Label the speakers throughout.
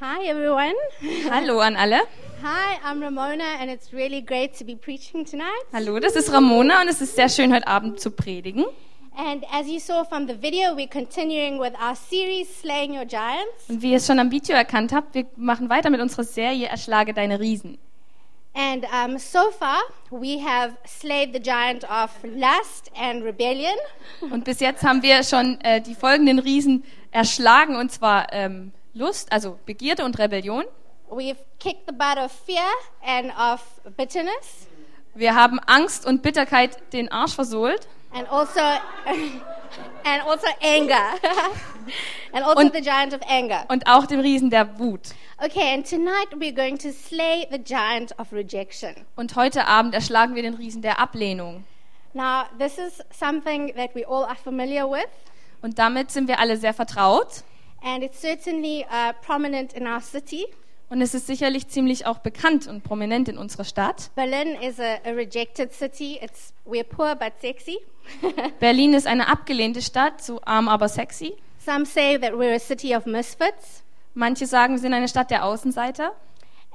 Speaker 1: Hi, everyone.
Speaker 2: Hallo an alle.
Speaker 1: Hi, I'm Ramona, and it's really great to be preaching tonight.
Speaker 2: Hallo, das ist Ramona und es ist sehr schön, heute Abend zu predigen.
Speaker 1: And as you saw from the video, we're continuing with our series, Slaying Your Giants.
Speaker 2: Und wie ihr es schon am Video erkannt habt, wir machen weiter mit unserer Serie Erschlage deine Riesen.
Speaker 1: And um, so far, we have slayed the giant of lust and rebellion.
Speaker 2: Und bis jetzt haben wir schon äh, die folgenden Riesen erschlagen und zwar ähm, Lust, also Begierde und Rebellion.
Speaker 1: We've kicked the butt of fear and of bitterness,
Speaker 2: Wir haben Angst und Bitterkeit den Arsch versohlt
Speaker 1: and also, and also anger, and also
Speaker 2: Und-
Speaker 1: the giant of anger.
Speaker 2: und auch dem Riesen der Wut.
Speaker 1: Okay, and tonight we're going to slay the giant of rejection.
Speaker 2: Und heute Abend erschlagen wir den Riesen der Ablehnung.
Speaker 1: Now, this is something that we all are familiar with,
Speaker 2: Und damit sind wir alle sehr vertraut
Speaker 1: and it's certainly uh, prominent in our city.
Speaker 2: und es ist sicherlich ziemlich auch bekannt und prominent in unserer Stadt.
Speaker 1: Berlin is a, a rejected city. It's we're poor but sexy.
Speaker 2: Berlin ist eine abgelehnte Stadt, so arm aber sexy.
Speaker 1: Some say that we're a city of misfits,
Speaker 2: Manche sagen, wir sind eine Stadt der Außenseiter.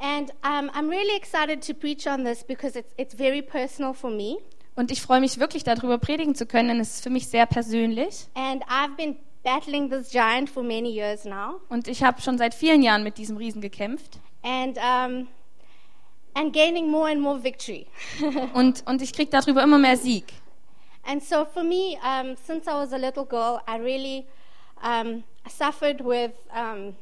Speaker 1: and um, I'm really excited to preach on this because it's it's very personal for me,
Speaker 2: Und ich freue mich wirklich darüber predigen zu können, denn es ist für mich sehr persönlich.
Speaker 1: and I've been battling this giant for many years now,
Speaker 2: Und ich habe schon seit vielen Jahren mit diesem Riesen gekämpft.
Speaker 1: and um, and gaining more and more victory.
Speaker 2: Und, und ich kriege darüber immer mehr Sieg.
Speaker 1: And so for me, um, since I was a little girl, I really um, suffered with um,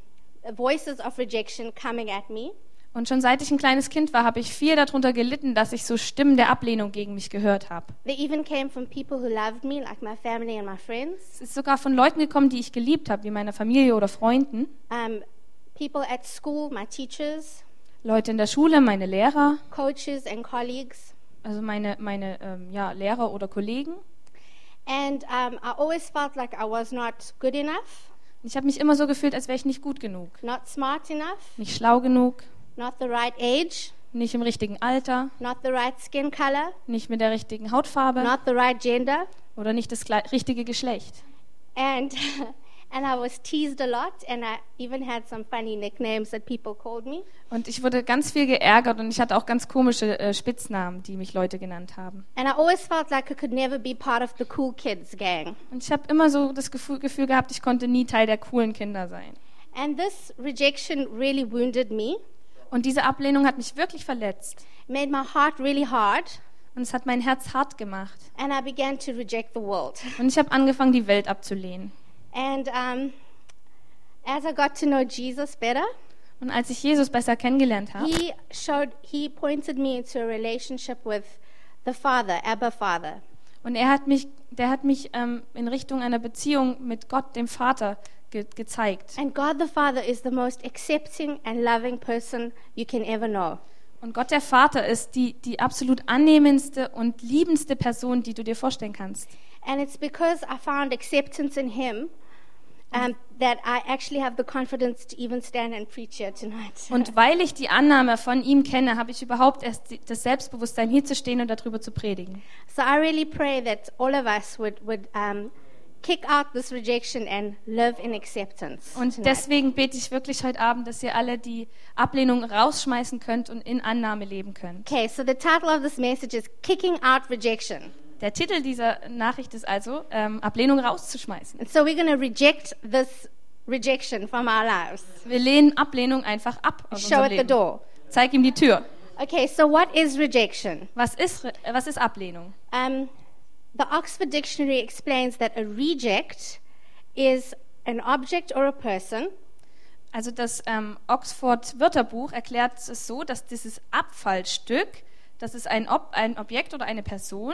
Speaker 1: voices of rejection coming at me.
Speaker 2: Und schon seit ich ein kleines Kind war, habe ich viel darunter gelitten, dass ich so Stimmen der Ablehnung gegen mich gehört habe.
Speaker 1: They even came from people who loved me, like my family and my friends,
Speaker 2: Es ist sogar von Leuten gekommen, die ich geliebt habe, wie meiner Familie oder Freunden.
Speaker 1: um, people at school, my teachers,
Speaker 2: Leute in der Schule, meine Lehrer,
Speaker 1: coaches, and colleagues.
Speaker 2: also meine, meine ähm, ja, Lehrer oder Kollegen.
Speaker 1: And um, I always felt like I was not good enough,
Speaker 2: Ich habe mich immer so gefühlt, als wäre ich nicht gut genug.
Speaker 1: not smart enough,
Speaker 2: nicht schlau genug,
Speaker 1: not the right age,
Speaker 2: nicht im richtigen Alter,
Speaker 1: not the right skin color,
Speaker 2: nicht mit der richtigen Hautfarbe
Speaker 1: not the right gender.
Speaker 2: oder nicht das gle- richtige Geschlecht.
Speaker 1: and and I was teased a lot, and I even had some funny nicknames that people called me.
Speaker 2: Und ich wurde ganz viel geärgert und ich hatte auch ganz komische äh, Spitznamen, die mich Leute genannt haben.
Speaker 1: And I always felt like I could never be part of the cool kids gang.
Speaker 2: Und ich habe immer so das Gefühl, Gefühl gehabt, ich konnte nie Teil der coolen Kinder sein.
Speaker 1: And this rejection really wounded me,
Speaker 2: Und diese Ablehnung hat mich wirklich verletzt.
Speaker 1: made my heart really hard,
Speaker 2: Und es hat mein Herz hart gemacht.
Speaker 1: and I began to reject the world.
Speaker 2: Und ich habe angefangen, die Welt abzulehnen.
Speaker 1: And um, as I got to know Jesus better,
Speaker 2: Und als ich Jesus besser kennengelernt habe,
Speaker 1: he showed, he pointed me into a relationship with the Father, Abba Father.
Speaker 2: und er hat mich, der hat mich ähm, in Richtung einer Beziehung mit Gott, dem Vater, ge gezeigt.
Speaker 1: And God the Father is the most accepting and loving person you can ever know.
Speaker 2: Und Gott der Vater ist die, die absolut annehmendste und liebendste Person, die du dir vorstellen kannst.
Speaker 1: And it's because I found acceptance in Him um, that I actually have the confidence to even stand and preach here tonight.
Speaker 2: Und weil ich die Annahme von ihm kenne, habe ich überhaupt erst die- das Selbstbewusstsein, hier zu stehen und darüber zu predigen.
Speaker 1: So I really pray that all of us would, would um, kick out this rejection and live in acceptance.
Speaker 2: Und
Speaker 1: tonight.
Speaker 2: deswegen bete ich wirklich heute Abend, dass ihr alle die Ablehnung rausschmeißen könnt und in Annahme leben könnt.
Speaker 1: okay, so the title of this message is Kicking Out Rejection.
Speaker 2: Der Titel dieser Nachricht ist also, ähm, Ablehnung rauszuschmeißen.
Speaker 1: And so we're going to reject this rejection from our lives.
Speaker 2: Wir lehnen Ablehnung einfach ab. Aus
Speaker 1: Show
Speaker 2: unserem
Speaker 1: it the
Speaker 2: Leben.
Speaker 1: door.
Speaker 2: Zeig ihm die Tür.
Speaker 1: Okay, so what is rejection?
Speaker 2: Was ist, Re- äh, was ist Ablehnung?
Speaker 1: Um, the Oxford Dictionary explains that a reject is an object or a person
Speaker 2: Also das ähm, Oxford Wörterbuch erklärt es so, dass dieses Abfallstück, das ist ein, Ob ein Objekt oder eine Person,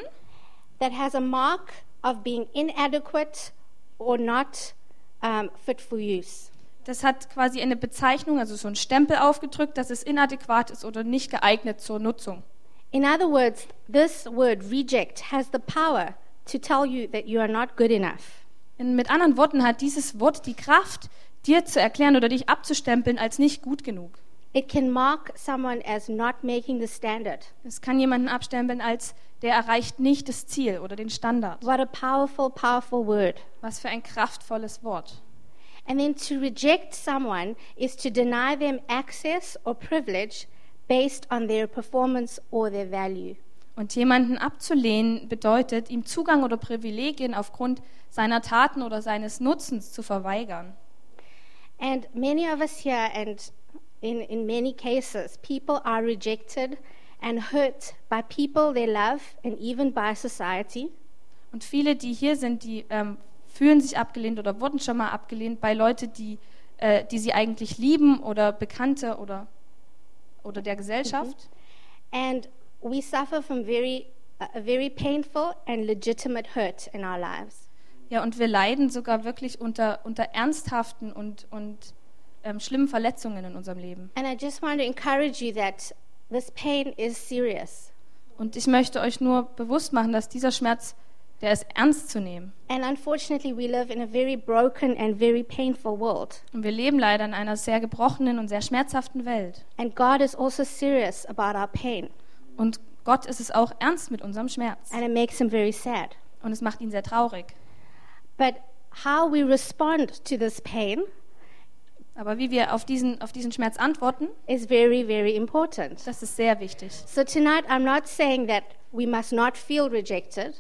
Speaker 1: that has a mark of being inadequate or not um, fit for use.
Speaker 2: das hat quasi eine Bezeichnung, also so ein Stempel aufgedrückt, dass es inadäquat ist oder nicht geeignet zur Nutzung.
Speaker 1: In other words, this word reject has the power to tell you that you are not good enough.
Speaker 2: In, mit anderen Worten hat dieses Wort die Kraft, dir zu erklären oder dich abzustempeln als nicht gut genug.
Speaker 1: It can mark someone as not making the standard.
Speaker 2: Es kann jemanden abstempeln als der erreicht nicht das Ziel oder den Standard.
Speaker 1: What a powerful, powerful word.
Speaker 2: Was für ein kraftvolles Wort.
Speaker 1: And then to reject someone is to deny them access or privilege based on their performance or their value.
Speaker 2: Und jemanden abzulehnen bedeutet, ihm Zugang oder Privilegien aufgrund seiner Taten oder seines Nutzens zu verweigern.
Speaker 1: And many of us here, and in, in many cases, people are rejected and hurt by people they love and even by society.
Speaker 2: Und viele, die hier sind, die ähm, fühlen sich abgelehnt oder wurden schon mal abgelehnt bei Leuten, die, äh, die sie eigentlich lieben oder Bekannte oder, oder der Gesellschaft.
Speaker 1: And we suffer from very, a very painful and legitimate hurt in our lives.
Speaker 2: Ja, und wir leiden sogar wirklich unter, unter ernsthaften und, und ähm, schlimmen Verletzungen in unserem Leben.
Speaker 1: And I just want to encourage you that this pain is serious.
Speaker 2: Und ich möchte euch nur bewusst machen, dass dieser Schmerz, der ist ernst zu nehmen.
Speaker 1: And unfortunately, we live in a very broken and very painful world.
Speaker 2: Und wir leben leider in einer sehr gebrochenen und sehr schmerzhaften Welt.
Speaker 1: And God is also serious about our pain.
Speaker 2: Und Gott ist es auch ernst mit unserem Schmerz.
Speaker 1: And it makes Him very sad.
Speaker 2: Und es macht ihn sehr traurig.
Speaker 1: But how we respond to this pain
Speaker 2: Aber wie wir auf diesen, auf diesen Schmerz antworten,
Speaker 1: is very, very important.
Speaker 2: das ist sehr wichtig.
Speaker 1: So tonight, I'm not saying that we must not feel rejected,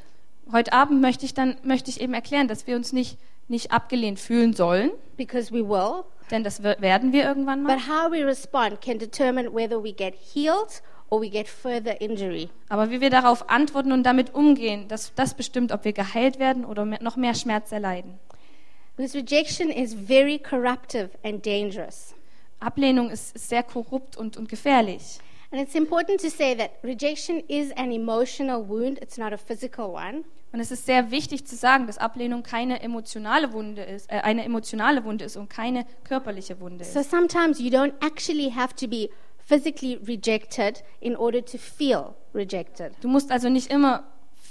Speaker 2: Heute Abend möchte ich dann möchte ich eben erklären, dass wir uns nicht, nicht abgelehnt fühlen sollen,
Speaker 1: because we will,
Speaker 2: denn das wer- werden wir irgendwann mal.
Speaker 1: but how we respond can determine whether we get healed or we get further injury.
Speaker 2: Aber wie wir darauf antworten und damit umgehen, das, das bestimmt, ob wir geheilt werden oder mehr, noch mehr Schmerz erleiden.
Speaker 1: Because rejection is very corruptive and dangerous.
Speaker 2: Ablehnung ist, ist sehr korrupt und, und gefährlich.
Speaker 1: And it's important to say that rejection is an emotional wound, it's not a physical one.
Speaker 2: Und es ist sehr wichtig zu sagen, dass Ablehnung keine emotionale Wunde ist, äh, eine emotionale Wunde ist und keine körperliche Wunde ist.
Speaker 1: So sometimes you don't actually have to be physically rejected in order to feel rejected.
Speaker 2: Du musst also nicht immer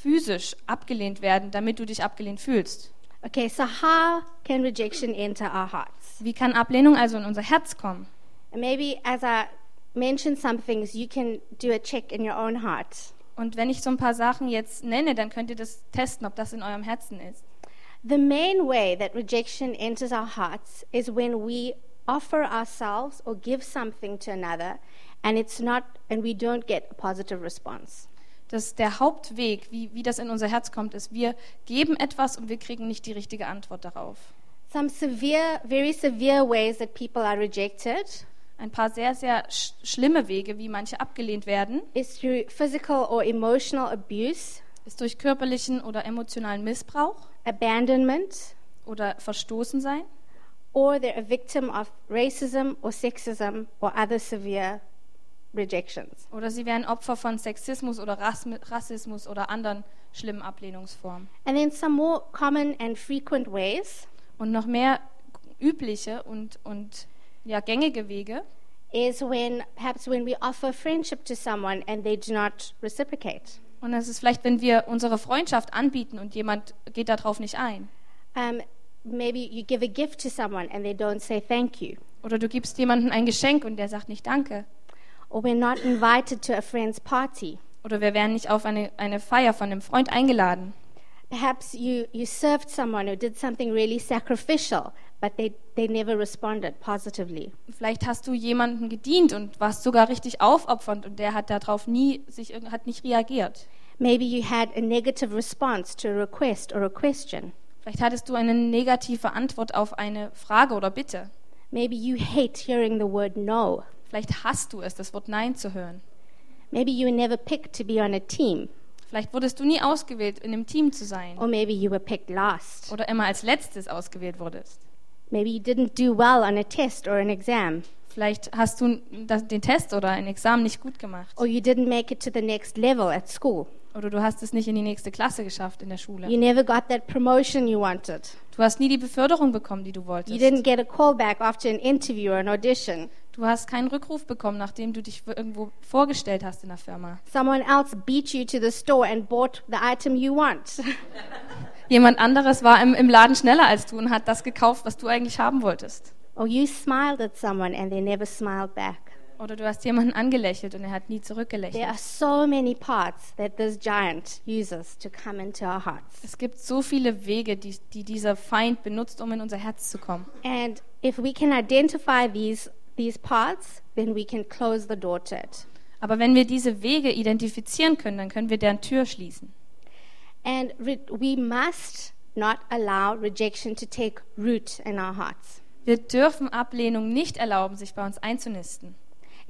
Speaker 2: physisch abgelehnt werden, damit du dich abgelehnt fühlst.
Speaker 1: Okay, so how can rejection enter our hearts?
Speaker 2: Wie kann Ablehnung also in unser Herz kommen?
Speaker 1: And maybe as I mention some things, you can do a check in your own heart.
Speaker 2: Und wenn ich so ein paar Sachen jetzt nenne, dann könnt ihr das testen, ob das in eurem Herzen ist.
Speaker 1: The main way that rejection enters our hearts is when we offer ourselves or give something to another and it's not and we don't get a positive response.
Speaker 2: Dass der Hauptweg, wie, wie das in unser Herz kommt, ist, wir geben etwas und wir kriegen nicht die richtige Antwort darauf.
Speaker 1: Some severe, very severe ways that people are rejected
Speaker 2: Ein paar sehr, sehr sch schlimme Wege, wie manche abgelehnt werden,
Speaker 1: is through physical or emotional abuse,
Speaker 2: ist durch körperlichen oder emotionalen Missbrauch
Speaker 1: abandonment,
Speaker 2: oder verstoßen sein
Speaker 1: or they're a victim of racism or sexism or other severe rejections.
Speaker 2: oder sie werden Opfer von Sexismus oder Rasmi- Rassismus oder anderen schlimmen Ablehnungsformen.
Speaker 1: And then some more common and frequent ways
Speaker 2: Und noch mehr übliche und, und ja, gängige Wege
Speaker 1: is when perhaps when we offer friendship to someone and they do not reciprocate.
Speaker 2: Und das ist vielleicht, wenn wir unsere Freundschaft anbieten und jemand geht darauf nicht ein.
Speaker 1: Um, maybe you give a gift to someone and they don't say thank you.
Speaker 2: Oder du gibst jemandem ein Geschenk und der sagt nicht Danke.
Speaker 1: Or we're not invited to a friend's party.
Speaker 2: Oder wir werden nicht auf eine, eine Feier von einem Freund eingeladen.
Speaker 1: Perhaps you, you served someone who did something really sacrificial, but they, they never responded positively.
Speaker 2: Vielleicht hast du jemanden gedient und warst sogar richtig aufopfernd und der hat darauf nie sich irg- hat nicht reagiert.
Speaker 1: Maybe you had a negative response to a request or a question.
Speaker 2: Vielleicht hattest du eine negative Antwort auf eine Frage oder Bitte.
Speaker 1: Maybe you hate hearing the word no.
Speaker 2: Vielleicht hasst du es, das Wort Nein zu hören.
Speaker 1: Maybe you were never picked to be on a team,
Speaker 2: Vielleicht wurdest du nie ausgewählt, in einem Team zu sein.
Speaker 1: or maybe you were picked last.
Speaker 2: Oder immer als letztes ausgewählt wurdest.
Speaker 1: Maybe you didn't do well on a test or an exam,
Speaker 2: Vielleicht hast du das- den Test oder ein Examen nicht gut gemacht.
Speaker 1: or you didn't make it to the next level at school.
Speaker 2: Oder du hast es nicht in die nächste Klasse geschafft in der Schule.
Speaker 1: You never got that promotion you wanted.
Speaker 2: Du hast nie die Beförderung bekommen, die du
Speaker 1: You
Speaker 2: wolltest.
Speaker 1: didn't get a call back after an interview or an audition.
Speaker 2: Du hast keinen Rückruf bekommen, nachdem du dich irgendwo vorgestellt hast in der Firma.
Speaker 1: Someone else beat you to the store and bought the item you want.
Speaker 2: Jemand anderes war im, im Laden schneller als du und hat das gekauft, was du eigentlich haben wolltest.
Speaker 1: or you smiled at someone and they never smiled back.
Speaker 2: Oder du hast jemanden angelächelt und er hat nie zurückgelächelt.
Speaker 1: There are so many paths that this giant uses to come into our hearts.
Speaker 2: Es gibt so viele Wege, die, die dieser Feind benutzt, um in unser Herz zu kommen.
Speaker 1: And if we can identify these, these paths, then we can close the door to it.
Speaker 2: Aber wenn wir diese Wege identifizieren können, dann können wir deren Tür schließen.
Speaker 1: And re- we must not allow rejection to take root in our hearts.
Speaker 2: Wir dürfen Ablehnung nicht erlauben, sich bei uns einzunisten.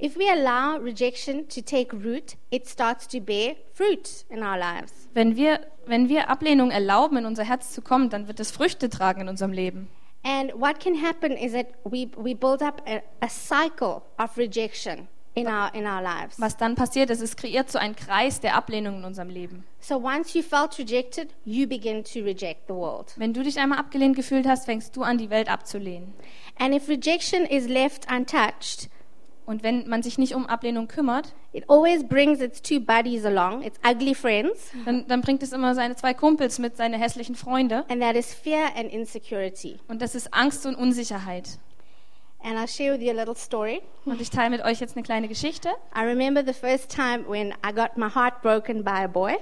Speaker 1: If we allow rejection to take root, it starts to bear fruit in our lives.
Speaker 2: Wenn wir, wenn wir Ablehnung erlauben, in unser Herz zu kommen, dann wird es Früchte tragen in unserem Leben.
Speaker 1: And what can happen is that we, we build up a, a cycle of rejection in our, in our lives.
Speaker 2: Was dann passiert ist, es kreiert so einen Kreis der Ablehnung in unserem Leben.
Speaker 1: So once you felt rejected, you begin to reject the world.
Speaker 2: Wenn du dich einmal abgelehnt gefühlt hast, fängst du an, die Welt abzulehnen.
Speaker 1: And if rejection is left untouched,
Speaker 2: Und wenn man sich nicht um Ablehnung kümmert,
Speaker 1: it always brings its two buddies along, its ugly friends,
Speaker 2: dann, dann bringt es immer seine zwei Kumpels mit, seine hässlichen Freunde.
Speaker 1: and that is fear and insecurity.
Speaker 2: Und das ist Angst und Unsicherheit.
Speaker 1: And I'll share with you a little story.
Speaker 2: Und ich teile mit euch jetzt eine kleine Geschichte.
Speaker 1: I remember the first time when I got my heart broken by a boy.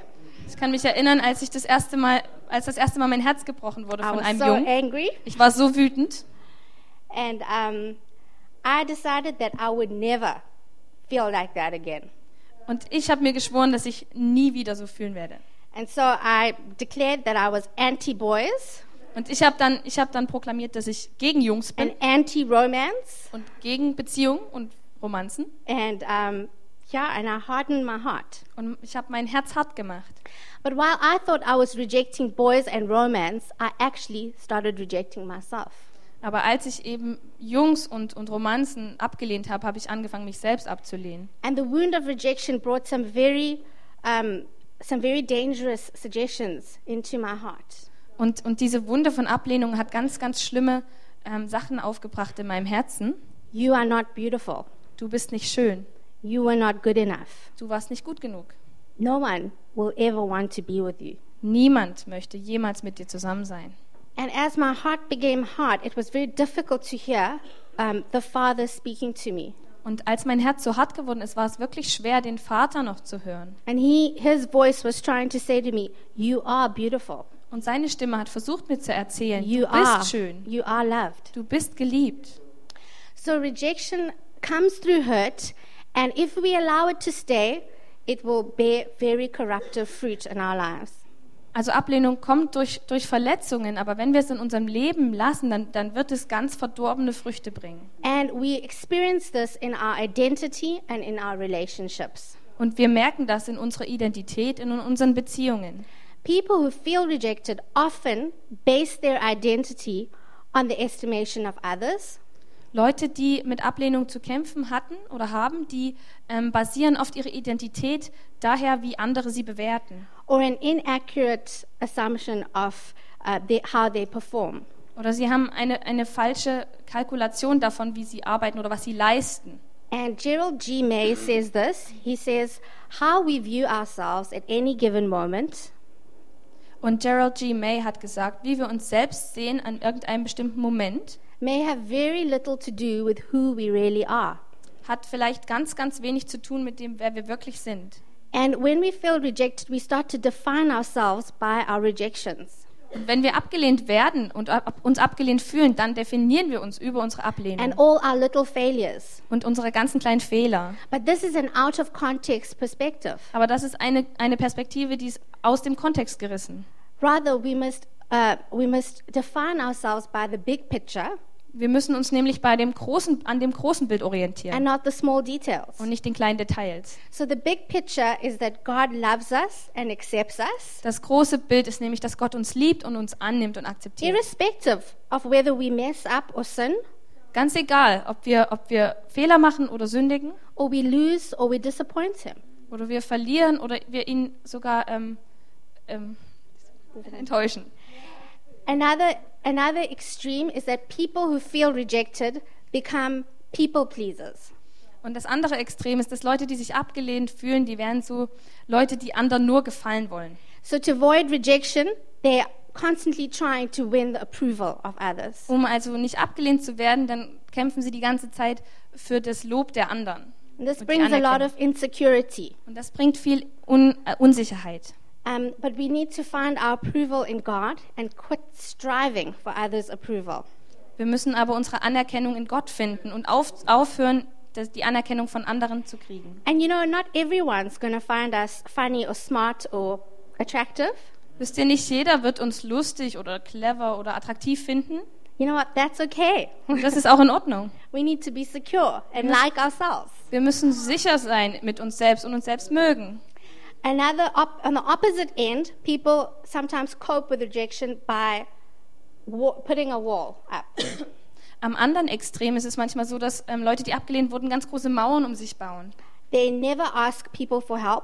Speaker 2: Ich kann mich erinnern, als ich das erste Mal, als das erste Mal mein Herz gebrochen wurde
Speaker 1: I
Speaker 2: von
Speaker 1: was
Speaker 2: einem
Speaker 1: so
Speaker 2: Jungen.
Speaker 1: angry,
Speaker 2: Ich war so wütend.
Speaker 1: and um, I decided that I would never feel like that again.
Speaker 2: Und ich habe mir geschworen, dass ich nie wieder so fühlen werde.
Speaker 1: And so I declared that I was anti boys
Speaker 2: Und ich habe dann, ich habe dann proklamiert, dass ich gegen Jungs bin
Speaker 1: and anti romance,
Speaker 2: und gegen Beziehungen und Romanzen.
Speaker 1: and um, yeah, and I hardened my heart.
Speaker 2: Und ich habe mein Herz hart gemacht.
Speaker 1: But while I thought I was rejecting boys and romance, I actually started rejecting myself.
Speaker 2: Aber als ich eben Jungs und, und Romanzen abgelehnt habe, habe ich angefangen, mich selbst abzulehnen.
Speaker 1: And the wound of rejection brought some very, um, some very dangerous suggestions into my heart.
Speaker 2: Und, und diese Wunde von Ablehnung hat ganz, ganz schlimme ähm, Sachen aufgebracht in meinem Herzen.
Speaker 1: You are not beautiful.
Speaker 2: Du bist nicht schön.
Speaker 1: You were not good enough.
Speaker 2: Du warst nicht gut genug.
Speaker 1: No one will ever want to be with you.
Speaker 2: Niemand möchte jemals mit dir zusammen sein.
Speaker 1: And as my heart became hard, it was very difficult to hear um, the Father speaking to me.
Speaker 2: Und als mein Herz so hart geworden ist, war es wirklich schwer, den Vater noch zu hören.
Speaker 1: And he, his voice was trying to say to me, "You are beautiful.
Speaker 2: Und seine Stimme hat versucht, mir zu erzählen,
Speaker 1: You
Speaker 2: du
Speaker 1: are
Speaker 2: bist schön,
Speaker 1: You are loved."
Speaker 2: du bist geliebt.
Speaker 1: So rejection comes through hurt, and if we allow it to stay, it will bear very corruptive fruit in our lives.
Speaker 2: Also Ablehnung kommt durch, durch Verletzungen, aber wenn wir es in unserem Leben lassen, dann, dann wird es ganz verdorbene Früchte bringen.
Speaker 1: And we experience this in our identity and in our relationships.
Speaker 2: Und wir merken das in unserer Identität, in unseren Beziehungen.
Speaker 1: People who feel rejected often base their identity on the estimation of others,
Speaker 2: Leute, die mit Ablehnung zu kämpfen hatten oder haben, die ähm, basieren oft ihre Identität daher, wie andere sie bewerten.
Speaker 1: or an inaccurate assumption of uh, the, how they perform.
Speaker 2: Oder sie haben eine, eine falsche Kalkulation davon, wie sie arbeiten oder was sie leisten.
Speaker 1: And Gerald G. May says this. He says, How we view ourselves at any given moment
Speaker 2: Und Gerald G. May hat gesagt, wie wir uns selbst sehen an irgendeinem bestimmten Moment,
Speaker 1: may have very little to do with who we really are.
Speaker 2: hat vielleicht ganz, ganz wenig zu tun mit dem, wer wir wirklich sind.
Speaker 1: And when we feel rejected, we start to define ourselves by our rejections.
Speaker 2: Und wenn wir abgelehnt werden und ab, uns abgelehnt fühlen, dann definieren wir uns über unsere
Speaker 1: and
Speaker 2: Ablehnung
Speaker 1: all our little failures.
Speaker 2: und unsere ganzen kleinen Fehler.
Speaker 1: But this is an out of context perspective.
Speaker 2: Aber das ist eine, eine Perspektive, die ist aus dem Kontext gerissen.
Speaker 1: Rather, we must, uh, we must define ourselves by the big picture
Speaker 2: Wir müssen uns nämlich bei dem großen, an dem großen Bild
Speaker 1: and
Speaker 2: orientieren
Speaker 1: not the small details.
Speaker 2: und nicht den kleinen Details.
Speaker 1: So, the big picture is that God loves us and accepts us,
Speaker 2: Das große Bild ist nämlich, dass Gott uns liebt und uns annimmt und akzeptiert.
Speaker 1: irrespective of whether we mess up or sin,
Speaker 2: Ganz egal, ob wir, ob wir Fehler machen oder sündigen
Speaker 1: or we lose or we disappoint Him.
Speaker 2: oder wir verlieren oder wir ihn sogar ähm, ähm, enttäuschen.
Speaker 1: Another, another extreme is that people who feel rejected become people pleasers.
Speaker 2: Und das andere Extrem ist, dass Leute, die sich abgelehnt fühlen, die wären so Leute, die anderen nur gefallen wollen.
Speaker 1: So to avoid rejection, they're constantly trying to win the approval of others.
Speaker 2: Um also nicht abgelehnt zu werden, dann kämpfen sie die ganze Zeit für das Lob der anderen.
Speaker 1: And this
Speaker 2: Und die
Speaker 1: brings a lot
Speaker 2: Anerkennung.
Speaker 1: of insecurity.
Speaker 2: Und das bringt viel Un äh, Unsicherheit.
Speaker 1: Um, but we need to find our approval in God and quit striving for others' approval.
Speaker 2: Wir müssen aber unsere Anerkennung in Gott finden und auf aufhören, das, die Anerkennung von anderen zu kriegen.
Speaker 1: And you know, not everyone's going to find us funny or smart or attractive.
Speaker 2: Wisst ihr, nicht jeder wird uns lustig oder clever oder attraktiv finden.
Speaker 1: You know what? That's okay.
Speaker 2: Und das ist auch in Ordnung.
Speaker 1: We need to be secure and like ourselves.
Speaker 2: Wir müssen sicher sein mit uns selbst und uns selbst mögen.
Speaker 1: Another op- on the opposite end, people sometimes cope with rejection by wa- putting a wall up.
Speaker 2: Am anderen Extrem ist es manchmal so, dass ähm, Leute, die abgelehnt wurden, ganz große Mauern um sich bauen.
Speaker 1: they never ask people for help,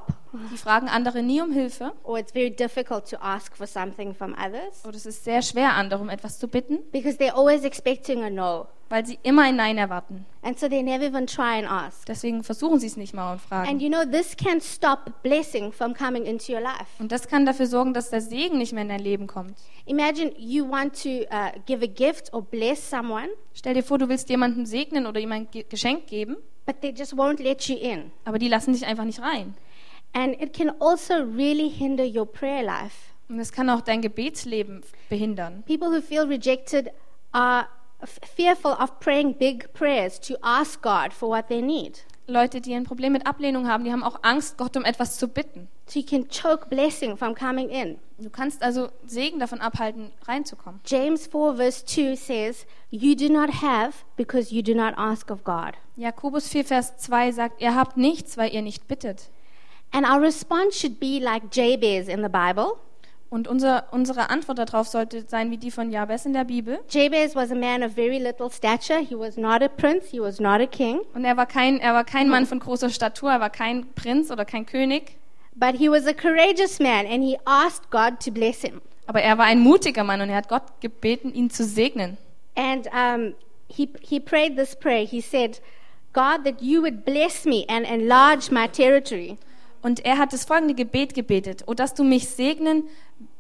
Speaker 2: Die fragen andere nie um Hilfe
Speaker 1: or it's very difficult to ask for something from others
Speaker 2: oder es ist sehr schwer, andere um etwas zu bitten,
Speaker 1: because they're always expecting a no.
Speaker 2: weil sie immer ein Nein erwarten.
Speaker 1: And so they never even try and ask.
Speaker 2: Deswegen versuchen sie es nicht mal und
Speaker 1: And
Speaker 2: fragen.
Speaker 1: you know, this can stop blessing from coming into your life.
Speaker 2: Und das kann dafür sorgen, dass der Segen nicht mehr in dein Leben kommt.
Speaker 1: Imagine you want to uh, give a gift or bless someone,
Speaker 2: Stell dir vor, du willst jemanden segnen oder ihm ein Ge Geschenk geben,
Speaker 1: but they just won't let you in.
Speaker 2: aber die lassen dich einfach nicht rein.
Speaker 1: And it can also really hinder your prayer life.
Speaker 2: Und das kann auch dein Gebetsleben behindern.
Speaker 1: People who feel rejected are f- fearful of praying big prayers to ask God for what they need.
Speaker 2: Leute, die ein Problem mit Ablehnung haben, die haben auch Angst, Gott um etwas zu bitten.
Speaker 1: So you can choke blessing from coming in.
Speaker 2: Du kannst also Segen davon abhalten, reinzukommen.
Speaker 1: James 4, verse 2 says, You do not have because you do not ask of God.
Speaker 2: Jakobus 4, Vers 2 sagt, ihr habt nichts, weil ihr nicht bittet.
Speaker 1: And our response should be like Jabez in the Bible.
Speaker 2: Und unser, unsere Antwort darauf sollte sein wie die von Jabez in der Bibel.
Speaker 1: Jabez was a man of very little stature. He was not a prince, he was not a king,
Speaker 2: Und er war kein, er war kein Mann von großer Statur, er war kein Prinz oder kein König,
Speaker 1: but he was a courageous man and he asked God to bless him.
Speaker 2: aber er war ein mutiger Mann und er hat Gott gebeten, ihn zu segnen.
Speaker 1: And um, he, he prayed this prayer. He said, God, that you would bless me and enlarge my territory.
Speaker 2: Und er hat das folgende Gebet gebetet, o dass du mich segnen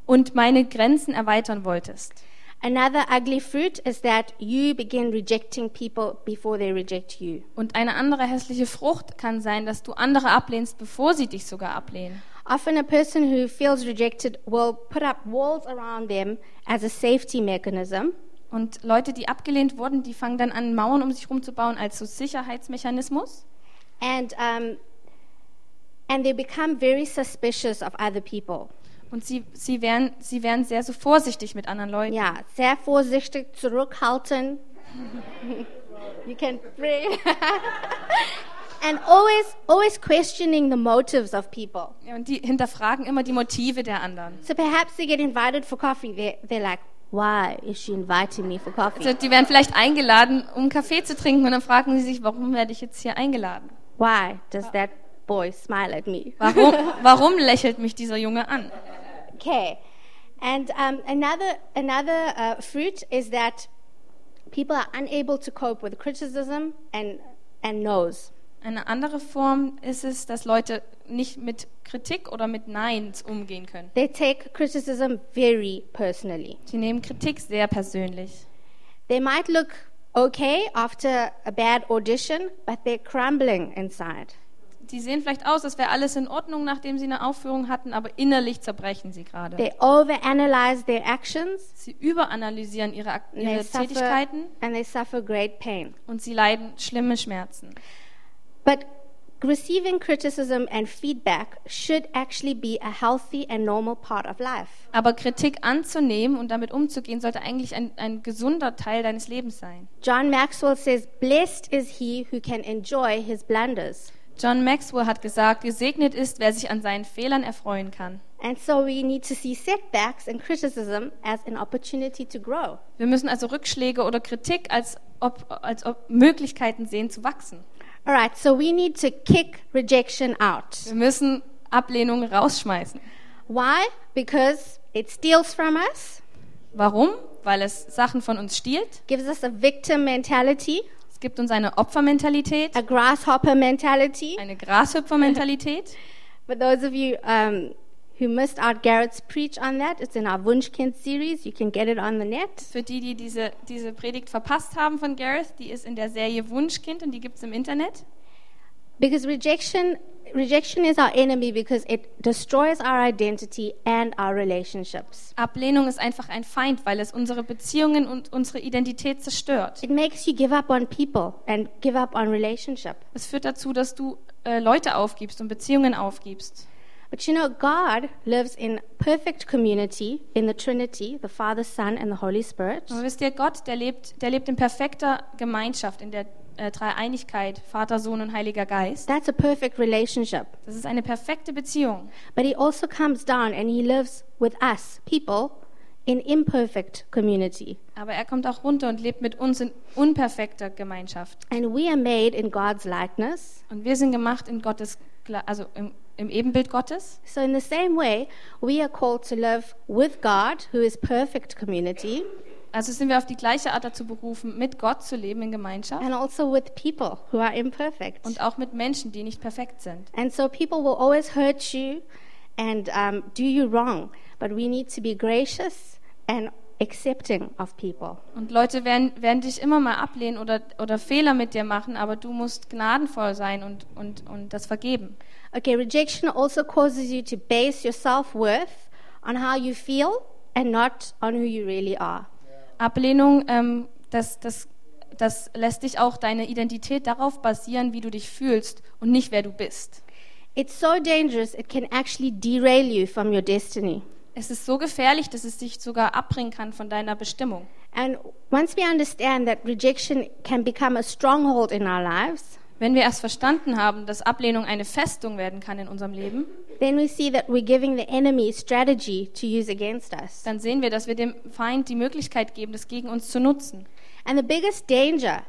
Speaker 2: und meine Grenzen erweitern wolltest.
Speaker 1: Another ugly fruit is that you begin rejecting people before they reject you.
Speaker 2: Und eine andere hässliche Frucht kann sein, dass du andere ablehnst, bevor sie dich sogar ablehnen.
Speaker 1: Often, a person who feels rejected will put up walls around them as a safety mechanism,
Speaker 2: Und Leute, die abgelehnt wurden, die fangen dann an, Mauern um sich rumzubauen als so Sicherheitsmechanismus.
Speaker 1: and, um, and they become very suspicious of other people.
Speaker 2: Und sie, sie, wären, sie wären sehr so vorsichtig mit anderen Leuten.
Speaker 1: Ja, sehr vorsichtig zurückhalten. you can pray. and always, always questioning the motives of people.
Speaker 2: Ja, Und die hinterfragen immer die Motive der anderen.
Speaker 1: So perhaps they get invited for coffee. They, they're like, why is she inviting me for
Speaker 2: Also
Speaker 1: coffee?
Speaker 2: die werden vielleicht eingeladen, um Kaffee zu trinken. Und dann fragen sie sich, warum werde ich jetzt hier eingeladen?
Speaker 1: Why does that boy smile at me?
Speaker 2: Warum, warum lächelt mich dieser Junge an?
Speaker 1: Okay. And um, another, another uh, fruit is that people are unable to cope with criticism and, and no's.
Speaker 2: Eine andere Form ist es, dass Leute nicht mit Kritik oder mit Neins umgehen können.
Speaker 1: They take criticism very personally.
Speaker 2: Die nehmen Kritik sehr persönlich.
Speaker 1: They might look okay after a bad audition, but they're crumbling inside.
Speaker 2: Die sehen vielleicht aus, als wäre alles in Ordnung, nachdem sie eine Aufführung hatten, aber innerlich zerbrechen sie gerade.
Speaker 1: They overanalyze their actions.
Speaker 2: Sie überanalysieren ihre, Ak-
Speaker 1: and They
Speaker 2: ihre
Speaker 1: suffer,
Speaker 2: Tätigkeiten
Speaker 1: and they suffer great pain.
Speaker 2: und sie leiden schlimme Schmerzen.
Speaker 1: But receiving criticism and feedback should actually be a healthy and normal part of life.
Speaker 2: Aber Kritik anzunehmen und damit umzugehen, sollte eigentlich ein, ein gesunder Teil deines Lebens sein.
Speaker 1: John Maxwell says, Blessed is he who can enjoy his blunders.
Speaker 2: John Maxwell hat gesagt, gesegnet ist, wer sich an seinen Fehlern erfreuen kann.
Speaker 1: And so we need to see setbacks and criticism as an opportunity to grow.
Speaker 2: Wir müssen also Rückschläge oder Kritik als, ob, als ob Möglichkeiten sehen zu wachsen.
Speaker 1: All right, so we need to kick rejection out.
Speaker 2: Wir müssen Ablehnung rausschmeißen.
Speaker 1: Why? Because it steals from us,
Speaker 2: Warum? Weil es Sachen von uns stiehlt.
Speaker 1: gives us a victim mentality,
Speaker 2: Es gibt uns eine Opfermentalität,
Speaker 1: a grasshopper mentality.
Speaker 2: eine Grashüpfermentalität.
Speaker 1: For those of you um, who missed out Garrett's preach on that, it's in our Wunschkind series. You can get it on the net.
Speaker 2: Für die, die diese, diese Predigt verpasst haben von Gareth, die ist in der Serie Wunschkind und die gibt es im Internet.
Speaker 1: Because rejection rejection is our enemy because it destroys our identity and our relationships.
Speaker 2: Ablehnung ist einfach ein Feind, weil es unsere Beziehungen und unsere Identität zerstört.
Speaker 1: It makes you give up on people and give up on relationship.
Speaker 2: Es führt dazu, dass du äh, Leute aufgibst und Beziehungen aufgibst.
Speaker 1: But you know, God lives in perfect community in the Trinity, the Father, Son, and the Holy Spirit.
Speaker 2: Aber wisst ihr, Gott, der lebt, der lebt in perfekter Gemeinschaft, in der äh, Dreieinigkeit, Vater, Sohn und Heiliger Geist.
Speaker 1: That's a perfect relationship.
Speaker 2: Das ist eine perfekte Beziehung.
Speaker 1: But He also comes down and He lives with us, people, in imperfect community.
Speaker 2: Aber er kommt auch runter und lebt mit uns in unperfekter Gemeinschaft.
Speaker 1: And we are made in God's likeness.
Speaker 2: Und wir sind gemacht in Gottes, Gla- also im, im Ebenbild Gottes.
Speaker 1: So, in the same way, we are called to live with God, who is perfect community,
Speaker 2: Also sind wir auf die gleiche Art dazu berufen, mit Gott zu leben in Gemeinschaft
Speaker 1: and also with people who are imperfect.
Speaker 2: und auch mit Menschen, die nicht perfekt sind.
Speaker 1: And so people will always hurt you and um, do you wrong, but we need to be gracious and accepting of people.
Speaker 2: Und Leute werden, werden dich immer mal ablehnen oder, oder Fehler mit dir machen, aber du musst gnadenvoll sein und, und, und das vergeben.
Speaker 1: Okay, rejection also causes you to base your self worth on how you feel and not on who you really are.
Speaker 2: Ablehnung, ähm, das, das, das lässt dich auch deine Identität darauf basieren, wie du dich fühlst und nicht wer du bist.
Speaker 1: It's so dangerous, it can actually derail you from your destiny.
Speaker 2: Es ist so gefährlich, dass es dich sogar abbringen kann von deiner Bestimmung.
Speaker 1: And once we understand that rejection can become a stronghold in our lives,
Speaker 2: Wenn wir erst verstanden haben, dass Ablehnung eine Festung werden kann in unserem Leben,
Speaker 1: then we see that we're giving the enemy strategy to use against us.
Speaker 2: dann sehen wir, dass wir dem Feind die Möglichkeit geben, das gegen uns zu nutzen.
Speaker 1: And the biggest danger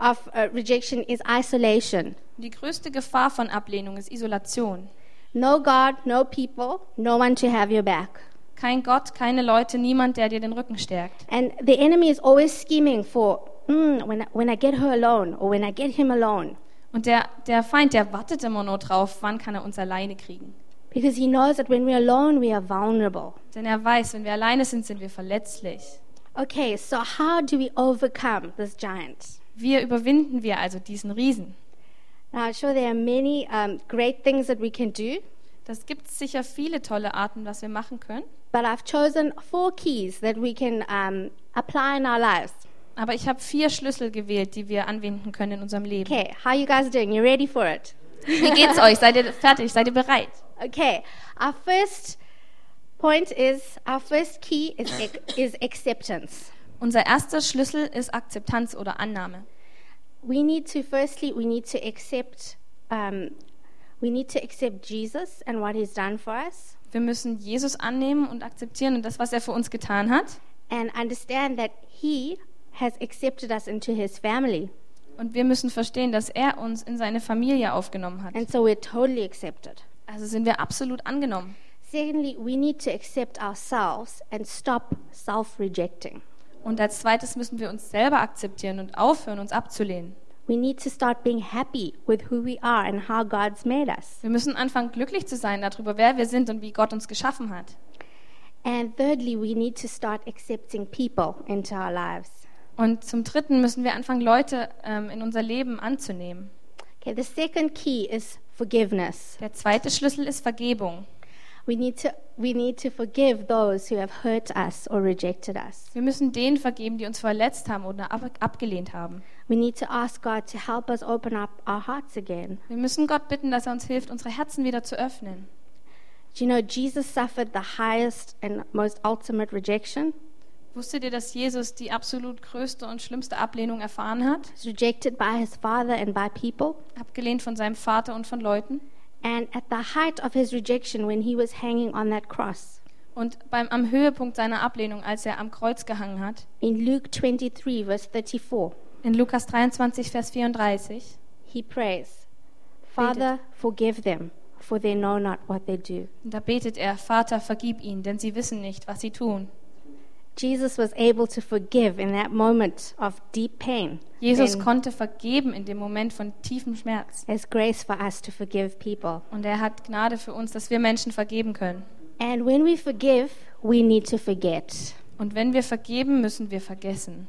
Speaker 1: of uh, rejection is isolation.
Speaker 2: Die größte Gefahr von Ablehnung ist Isolation.
Speaker 1: No God, no people, no one to have your back.
Speaker 2: Kein Gott, keine Leute, niemand, der dir den Rücken stärkt.
Speaker 1: And the enemy is always scheming for, mm, when, I, when I get her alone or when I get him alone,
Speaker 2: Und der, der Feind, der wartet immer nur drauf, wann kann er uns alleine kriegen.
Speaker 1: because he knows that when we're alone, we are vulnerable.
Speaker 2: Denn er weiß, wenn wir alleine sind, sind wir verletzlich.
Speaker 1: Okay, so how do we overcome this giant?
Speaker 2: Wie überwinden wir also diesen Riesen?
Speaker 1: Now, I'm sure there are many um, great things that we can do,
Speaker 2: Das gibt sicher viele tolle Arten, was wir machen können.
Speaker 1: but I've chosen four keys that we can um, apply in our lives.
Speaker 2: Aber ich habe vier Schlüssel gewählt, die wir anwenden können in unserem Leben.
Speaker 1: Okay, how you guys doing? You ready for it?
Speaker 2: Wie geht's euch? Seid ihr fertig? Seid ihr bereit?
Speaker 1: Okay, our first point is our first key is ac- is acceptance.
Speaker 2: Unser erster Schlüssel ist Akzeptanz oder Annahme.
Speaker 1: We need to firstly we need to accept um, we need to accept Jesus and what He's done for us,
Speaker 2: Wir müssen Jesus annehmen und akzeptieren und das, was er für uns getan hat.
Speaker 1: and understand that He has accepted us into His family,
Speaker 2: Und wir müssen verstehen, dass er uns in seine Familie aufgenommen hat.
Speaker 1: and so we're totally accepted.
Speaker 2: Also sind wir absolut angenommen.
Speaker 1: Secondly, we need to accept ourselves and stop self-rejecting.
Speaker 2: Und als zweites müssen wir uns selber akzeptieren und aufhören, uns abzulehnen.
Speaker 1: We need to start being happy with who we are and how God's made us.
Speaker 2: Wir müssen anfangen, glücklich zu sein darüber, wer wir sind und wie Gott uns geschaffen hat.
Speaker 1: And thirdly, we need to start accepting people into our lives.
Speaker 2: Und zum Dritten müssen wir anfangen, Leute ähm, in unser Leben anzunehmen.
Speaker 1: Okay, the second key is forgiveness.
Speaker 2: Der zweite Schlüssel ist Vergebung.
Speaker 1: We need to we need to forgive those who have hurt us or rejected us.
Speaker 2: Wir müssen denen vergeben, die uns verletzt haben oder ab abgelehnt haben.
Speaker 1: We need to ask God to help us open up our hearts again.
Speaker 2: Wir müssen Gott bitten, dass er uns hilft, unsere Herzen wieder zu öffnen.
Speaker 1: Do you know Jesus suffered the highest and most ultimate rejection?
Speaker 2: Wusstet ihr, dass Jesus die absolut größte und schlimmste Ablehnung erfahren hat?
Speaker 1: He was rejected by his father and by people.
Speaker 2: Abgelehnt von seinem Vater und von Leuten?
Speaker 1: And at the height of his rejection when he was hanging on that cross,
Speaker 2: Und beim, am Höhepunkt seiner Ablehnung, als er am Kreuz gehangen hat,
Speaker 1: in Luke 23 verse 34,
Speaker 2: in Lukas 23, Vers 34,
Speaker 1: He prays, Father, forgive them, for they know not what they do.
Speaker 2: da betet er, Vater, vergib ihnen, denn sie wissen nicht, was sie tun.
Speaker 1: Jesus was able to forgive in that moment of deep pain.
Speaker 2: Jesus
Speaker 1: and
Speaker 2: konnte vergeben in dem Moment von tiefem Schmerz.
Speaker 1: has grace for us to forgive people.
Speaker 2: Und er hat Gnade für uns, dass wir Menschen vergeben können.
Speaker 1: And when we forgive, we need to forget.
Speaker 2: Und wenn wir vergeben, müssen wir vergessen.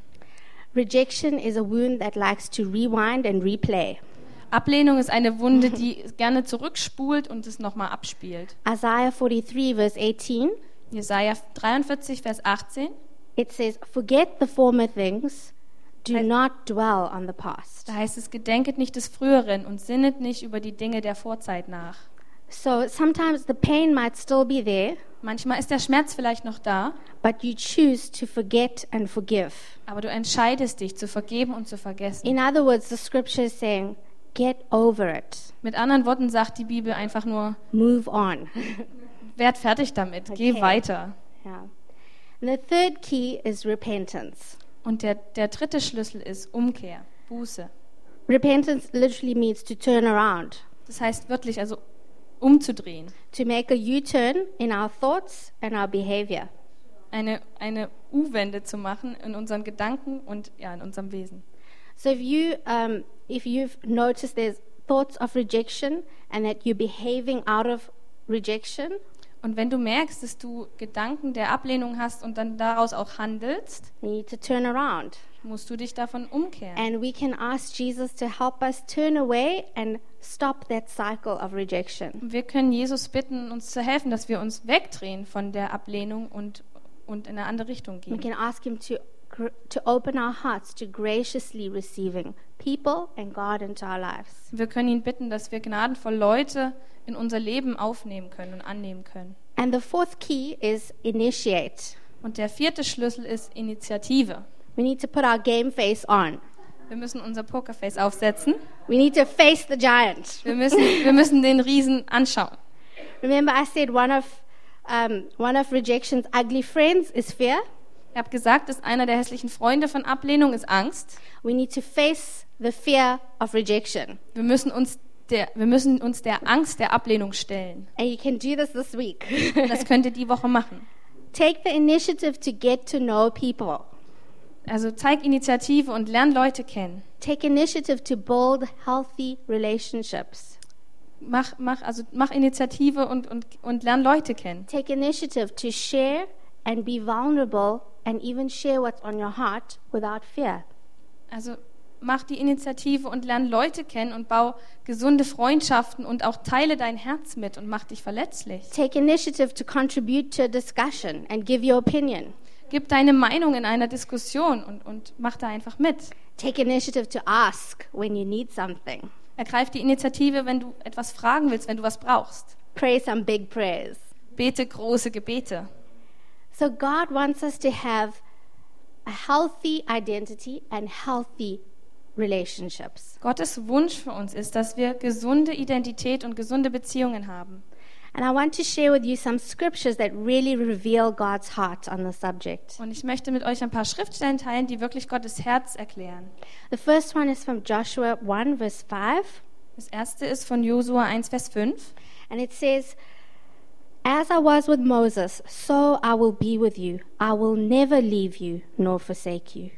Speaker 1: Rejection is a wound that likes to rewind and replay.
Speaker 2: Ablehnung ist eine Wunde,
Speaker 1: Mhm.
Speaker 2: die gerne zurückspult und es nochmal abspielt.
Speaker 1: Isaiah 43, verse 18,
Speaker 2: Jesaja 43, Vers 18.
Speaker 1: it says, Forget the former things, do
Speaker 2: I-
Speaker 1: not dwell on the past.
Speaker 2: Da heißt es, gedenket nicht des Früheren und sinnet nicht über die Dinge der Vorzeit nach.
Speaker 1: So sometimes the pain might still be there,
Speaker 2: Manchmal ist der Schmerz vielleicht noch da,
Speaker 1: but you choose to forget and forgive.
Speaker 2: aber du entscheidest dich zu vergeben und zu vergessen.
Speaker 1: In other words, the scripture is saying, Get over it,
Speaker 2: Mit anderen Worten sagt die Bibel einfach nur,
Speaker 1: move on.
Speaker 2: werd fertig damit, geh
Speaker 1: Okay.
Speaker 2: weiter.
Speaker 1: yeah. And the third key is repentance.
Speaker 2: Und der, der dritte Schlüssel ist Umkehr, Buße.
Speaker 1: Repentance literally means to turn around,
Speaker 2: Das heißt wirklich, also umzudrehen.
Speaker 1: to make a U turn in our thoughts and our behavior.
Speaker 2: Eine, eine U-Wende zu machen in unseren Gedanken und ja, in unserem Wesen.
Speaker 1: So if you um, if you've noticed there's thoughts of rejection and that you're behaving out of rejection,
Speaker 2: Und wenn du merkst, dass du Gedanken der Ablehnung hast und dann daraus auch handelst,
Speaker 1: you need to turn around.
Speaker 2: musst du dich davon umkehren.
Speaker 1: And we can ask Jesus to help us turn away and stop that cycle of rejection.
Speaker 2: Und wir können Jesus bitten, uns zu helfen, dass wir uns wegdrehen von der Ablehnung und, und in eine andere Richtung
Speaker 1: We
Speaker 2: gehen.
Speaker 1: can ask him to gr- to open our hearts to graciously receiving people and God into our lives.
Speaker 2: Wir können ihn bitten, dass wir gnadenvoll Leute in unser Leben aufnehmen können und annehmen können.
Speaker 1: And the fourth key is initiate.
Speaker 2: Und der vierte Schlüssel ist Initiative.
Speaker 1: We need to put our game face on.
Speaker 2: Wir müssen unser Pokerface aufsetzen.
Speaker 1: We need to face the giant.
Speaker 2: Wir müssen, wir müssen den Riesen anschauen.
Speaker 1: Remember, I said one of um, one of rejection's ugly friends is fear.
Speaker 2: Ich habe gesagt, dass einer der hässlichen Freunde von Ablehnung ist Angst.
Speaker 1: We need to face the fear of rejection,
Speaker 2: Wir müssen uns der, wir müssen uns der Angst der Ablehnung stellen.
Speaker 1: and you can do this this week.
Speaker 2: Das könnt ihr die Woche machen.
Speaker 1: Take the initiative to get to know people.
Speaker 2: Also zeig Initiative und lern Leute kennen.
Speaker 1: Take initiative to build healthy relationships.
Speaker 2: Mach, mach, also mach Initiative und, und, und lern Leute kennen.
Speaker 1: Take initiative to share and be vulnerable, and even share what's on your heart without fear.
Speaker 2: Also mach die Initiative und lern Leute kennen und bau gesunde Freundschaften und auch teile dein Herz mit und mach dich verletzlich.
Speaker 1: Take initiative to contribute to a discussion and give your opinion.
Speaker 2: Gib deine Meinung in einer Diskussion und, und mach da einfach mit.
Speaker 1: Take initiative to ask when you need something.
Speaker 2: Ergreif die Initiative, wenn du etwas fragen willst, wenn du was brauchst.
Speaker 1: Pray some big prayers.
Speaker 2: Bete große Gebete.
Speaker 1: So God wants us to have a healthy identity and healthy relationships.
Speaker 2: Gottes Wunsch für uns ist, dass wir gesunde Identität und gesunde Beziehungen haben.
Speaker 1: And I want to share with you some scriptures that really reveal God's heart on the subject.
Speaker 2: Und ich möchte mit euch ein paar Schriftstellen teilen, die wirklich Gottes Herz erklären.
Speaker 1: The first one is from Joshua 1, verse 5,
Speaker 2: Das erste ist von Josua 1, Vers 5.
Speaker 1: and it says, As I was with Moses, so I will be with you. I will never leave you nor forsake you.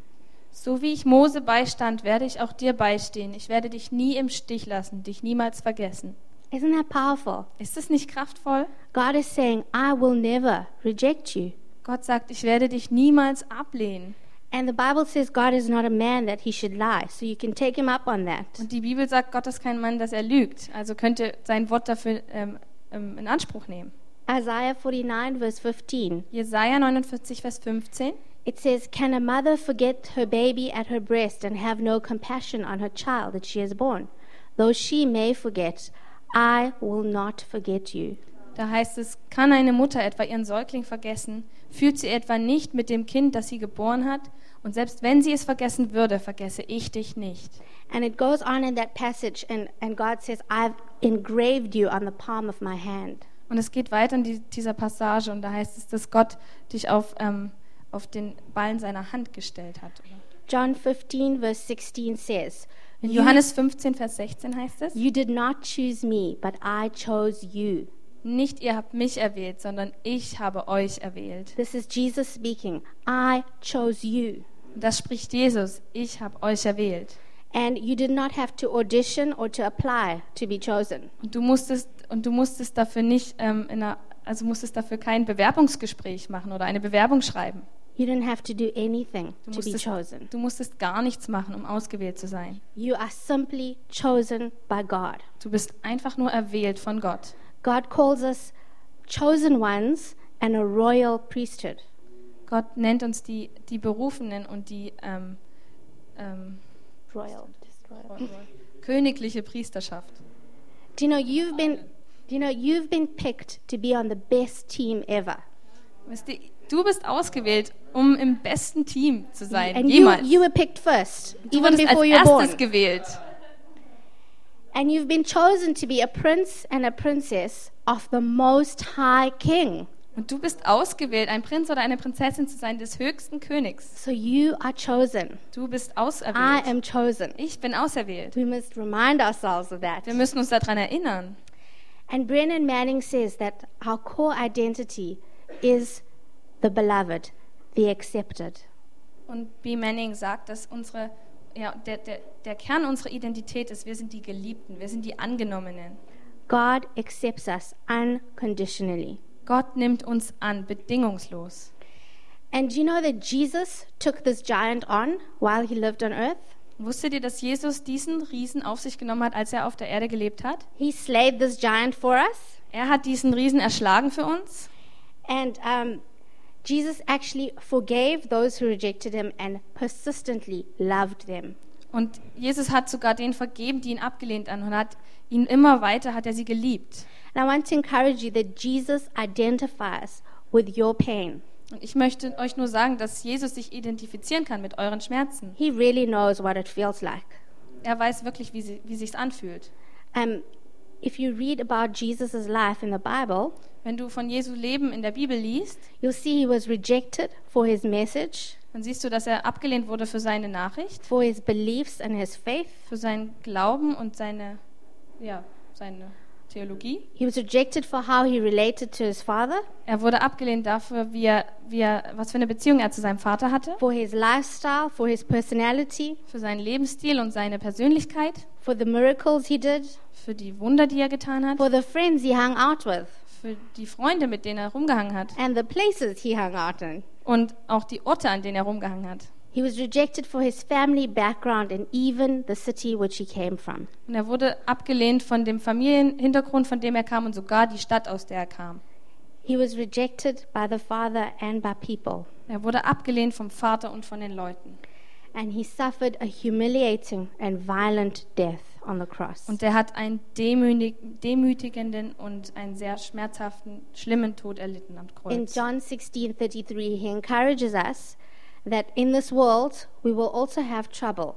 Speaker 2: So wie ich Mose beistand, werde ich auch dir beistehen. Ich werde dich nie im Stich lassen, dich niemals vergessen.
Speaker 1: Isn't that powerful?
Speaker 2: Ist es nicht kraftvoll?
Speaker 1: God is saying, I will never reject you.
Speaker 2: Gott sagt, ich werde dich niemals ablehnen.
Speaker 1: And the Bible says God is not a man that he should lie, so you can take him up on that.
Speaker 2: Und die Bibel sagt, Gott ist kein Mann, dass er lügt. Also könnt ihr sein Wort dafür ähm, ähm, in Anspruch nehmen.
Speaker 1: Isaiah 49, verse 15.
Speaker 2: Jesaja 49, Vers 15.
Speaker 1: It says, Can a mother forget her baby at her breast and have no compassion on her child that she has born? Though she may forget, I will not forget you.
Speaker 2: Da heißt es, kann eine Mutter etwa ihren Säugling vergessen? Fühlt sie etwa nicht mit dem Kind, das sie geboren hat? Und selbst wenn sie es vergessen würde, vergesse ich dich nicht.
Speaker 1: And it goes on in that passage, and, and God says, I've engraved you on the palm of my hand.
Speaker 2: Und es geht weiter in die, dieser Passage und da heißt es, dass Gott dich auf, ähm, auf den Ballen seiner Hand gestellt hat. Oder?
Speaker 1: John 15, verse 16 says,
Speaker 2: In
Speaker 1: "You-
Speaker 2: Johannes 15, Vers 16 heißt es,
Speaker 1: you did not choose me, but I chose you.
Speaker 2: nicht ihr habt mich erwählt, sondern ich habe euch erwählt.
Speaker 1: This is Jesus speaking. I chose you.
Speaker 2: Und das spricht Jesus, ich habe euch erwählt.
Speaker 1: And you did not have to audition or to apply to be chosen.
Speaker 2: Und du musstest und du musstest dafür nicht ähm, in einer, also musstest dafür kein Bewerbungsgespräch machen oder eine Bewerbung schreiben.
Speaker 1: You didn't have to do anything
Speaker 2: Du
Speaker 1: to be
Speaker 2: musstest,
Speaker 1: chosen.
Speaker 2: du musstest gar nichts machen, um ausgewählt zu sein.
Speaker 1: You are simply chosen by God.
Speaker 2: Du bist einfach nur erwählt von Gott.
Speaker 1: God calls us chosen ones and a royal priesthood.
Speaker 2: Gott nennt uns die, die Berufenen und die ähm, ähm,
Speaker 1: Royal. just royal.
Speaker 2: königliche Priesterschaft.
Speaker 1: Do you know you've been do you know you've been picked to be on the best team ever?
Speaker 2: Wisst ihr, du bist ausgewählt, um im besten Team zu sein,
Speaker 1: And you,
Speaker 2: jemals.
Speaker 1: you were picked first,
Speaker 2: du
Speaker 1: even
Speaker 2: wurdest als
Speaker 1: before you were
Speaker 2: erstes
Speaker 1: born.
Speaker 2: gewählt.
Speaker 1: And you've been chosen to be a prince and a princess of the Most High King.
Speaker 2: Und du bist ausgewählt, ein Prinz oder eine Prinzessin zu sein des höchsten Königs.
Speaker 1: So you are chosen.
Speaker 2: Du bist
Speaker 1: I
Speaker 2: auserwählt.
Speaker 1: am chosen.
Speaker 2: Ich bin auserwählt.
Speaker 1: We must remind ourselves of that.
Speaker 2: Wir müssen uns daran erinnern.
Speaker 1: And Brennan Manning says that our core identity is the beloved, the accepted.
Speaker 2: Und B. Manning sagt, dass unsere, ja, der, der, der Kern unserer Identität ist, wir sind die Geliebten, wir sind die Angenommenen.
Speaker 1: God accepts us unconditionally.
Speaker 2: Gott nimmt uns an, bedingungslos.
Speaker 1: And do you know that Jesus took this giant on while he lived on earth?
Speaker 2: Wusstet ihr, dass Jesus diesen Riesen auf sich genommen hat, als er auf der Erde gelebt hat?
Speaker 1: He slayed this giant for us.
Speaker 2: Er hat diesen Riesen erschlagen für uns.
Speaker 1: And um, Jesus actually forgave those who rejected him and persistently loved them.
Speaker 2: Und Jesus hat sogar denen vergeben, die ihn abgelehnt haben und hat ihn immer weiter, hat er sie geliebt.
Speaker 1: And I want to encourage you that Jesus identifies with your pain.
Speaker 2: Und ich möchte euch nur sagen, dass Jesus sich identifizieren kann mit euren Schmerzen.
Speaker 1: He really knows what it feels like.
Speaker 2: Er weiß wirklich, wie, sie, wie sich's anfühlt.
Speaker 1: Um, if you read about Jesus' life in the Bible,
Speaker 2: Wenn du von Jesu Leben in der Bibel liest,
Speaker 1: you'll see he was rejected for his message,
Speaker 2: dann siehst du, dass er abgelehnt wurde für seine Nachricht,
Speaker 1: for his beliefs and his faith.
Speaker 2: für seinen Glauben und seine, ja, seine Theologie.
Speaker 1: He was rejected for how he related to his father,
Speaker 2: Er wurde abgelehnt dafür, wie er, wie er, was für eine Beziehung er zu seinem Vater hatte,
Speaker 1: for his lifestyle, for his personality,
Speaker 2: für seinen Lebensstil und seine Persönlichkeit,
Speaker 1: for the miracles he did,
Speaker 2: für die Wunder, die er getan hat,
Speaker 1: for the friends he hung out with,
Speaker 2: für die Freunde, mit denen er rumgehangen hat
Speaker 1: and the places he hung out in.
Speaker 2: und auch die Orte, an denen er rumgehangen hat.
Speaker 1: He was rejected for his family background and even the city which he came from.
Speaker 2: Und er wurde abgelehnt von dem Familienhintergrund, von dem er kam und sogar die Stadt, aus der er kam.
Speaker 1: He was rejected by the father and by people.
Speaker 2: Er wurde abgelehnt vom Vater und von den Leuten.
Speaker 1: and he suffered a humiliating and violent death on the cross.
Speaker 2: Und er hat einen demütig- demütigenden und einen sehr schmerzhaften, schlimmen Tod erlitten am
Speaker 1: In
Speaker 2: Kreuz.
Speaker 1: John 16:33 he encourages us that in this world we will also have trouble,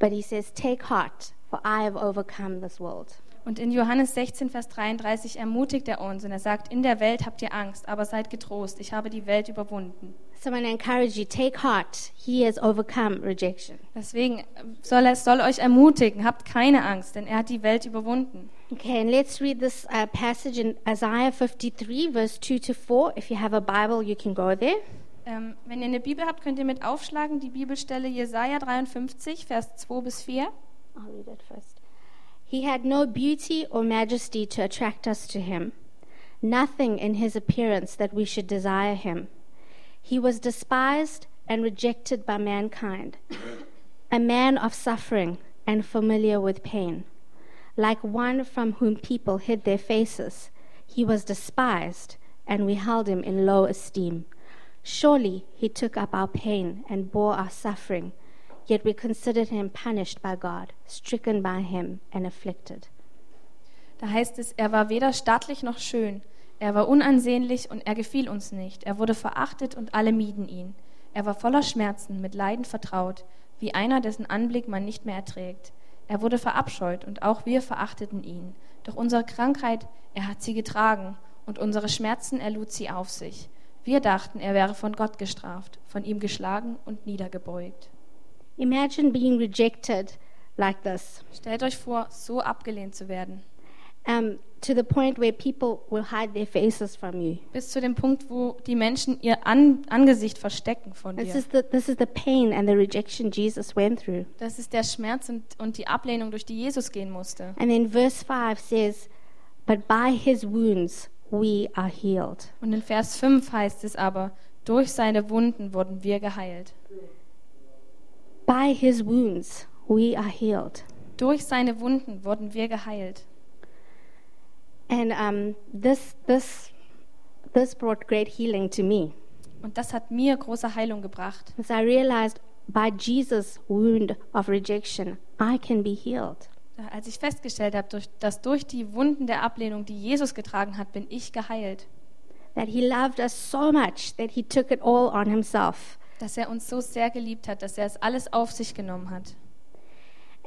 Speaker 1: but he says take heart for I have overcome this world.
Speaker 2: Und in Johannes 16, Vers 33 ermutigt er uns und er sagt, in der Welt habt ihr Angst, aber seid getrost, ich habe die Welt überwunden.
Speaker 1: So I want to encourage you take heart, he has overcome rejection.
Speaker 2: Deswegen äh, soll er soll euch ermutigen, habt keine Angst, denn er hat die Welt überwunden.
Speaker 1: Okay, and let's read this uh, passage in Isaiah 53 verse 2 to 4. If you have a Bible, you can go there.
Speaker 2: Ähm, wenn ihr eine Bibel habt, könnt ihr mit aufschlagen, die Bibelstelle Jesaja 53, Vers 2 bis 4.
Speaker 1: I'll read it first. He had no beauty or majesty to attract us to him, nothing in his appearance that we should desire him. He was despised and rejected by mankind, a man of suffering and familiar with pain. Like one from whom people hid their faces, he was despised, and we held him in low esteem. Surely he took up our pain and bore our suffering, yet we considered him punished by God, stricken by him, and afflicted.
Speaker 2: Da heißt es, er war weder stattlich noch schön, er war unansehnlich und er gefiel uns nicht, er wurde verachtet und alle mieden ihn. Er war voller Schmerzen, mit Leiden vertraut, wie einer, dessen Anblick man nicht mehr erträgt. Er wurde verabscheut und auch wir verachteten ihn. Doch unsere Krankheit, er hat sie getragen und unsere Schmerzen erlud sie auf sich. Wir dachten, er wäre von Gott gestraft, von ihm geschlagen und niedergebeugt.
Speaker 1: Imagine being rejected like this,
Speaker 2: Stellt euch vor, so abgelehnt zu werden,
Speaker 1: um, to the point where people will hide their faces from you.
Speaker 2: bis zu dem Punkt, wo die Menschen ihr An Angesicht verstecken von
Speaker 1: This
Speaker 2: dir.
Speaker 1: is the this is the pain and the rejection Jesus went through.
Speaker 2: Das ist der Schmerz und, und die Ablehnung, durch die Jesus gehen musste.
Speaker 1: And then verse 5 says, But by his wounds we are healed.
Speaker 2: Und in Vers 5 heißt es aber, Durch seine Wunden wurden wir geheilt.
Speaker 1: By his wounds, we are healed.
Speaker 2: Durch seine Wunden wurden wir geheilt.
Speaker 1: And um, this, this, this brought great healing to me.
Speaker 2: Und das hat mir große Heilung gebracht.
Speaker 1: As I realized by Jesus' wound of rejection, I can be healed.
Speaker 2: Als ich festgestellt habe, durch, dass durch die Wunden der Ablehnung, die Jesus getragen hat, bin ich geheilt.
Speaker 1: That he loved us so much that he took it all on himself.
Speaker 2: Dass er uns so sehr geliebt hat, dass er es alles auf sich genommen hat.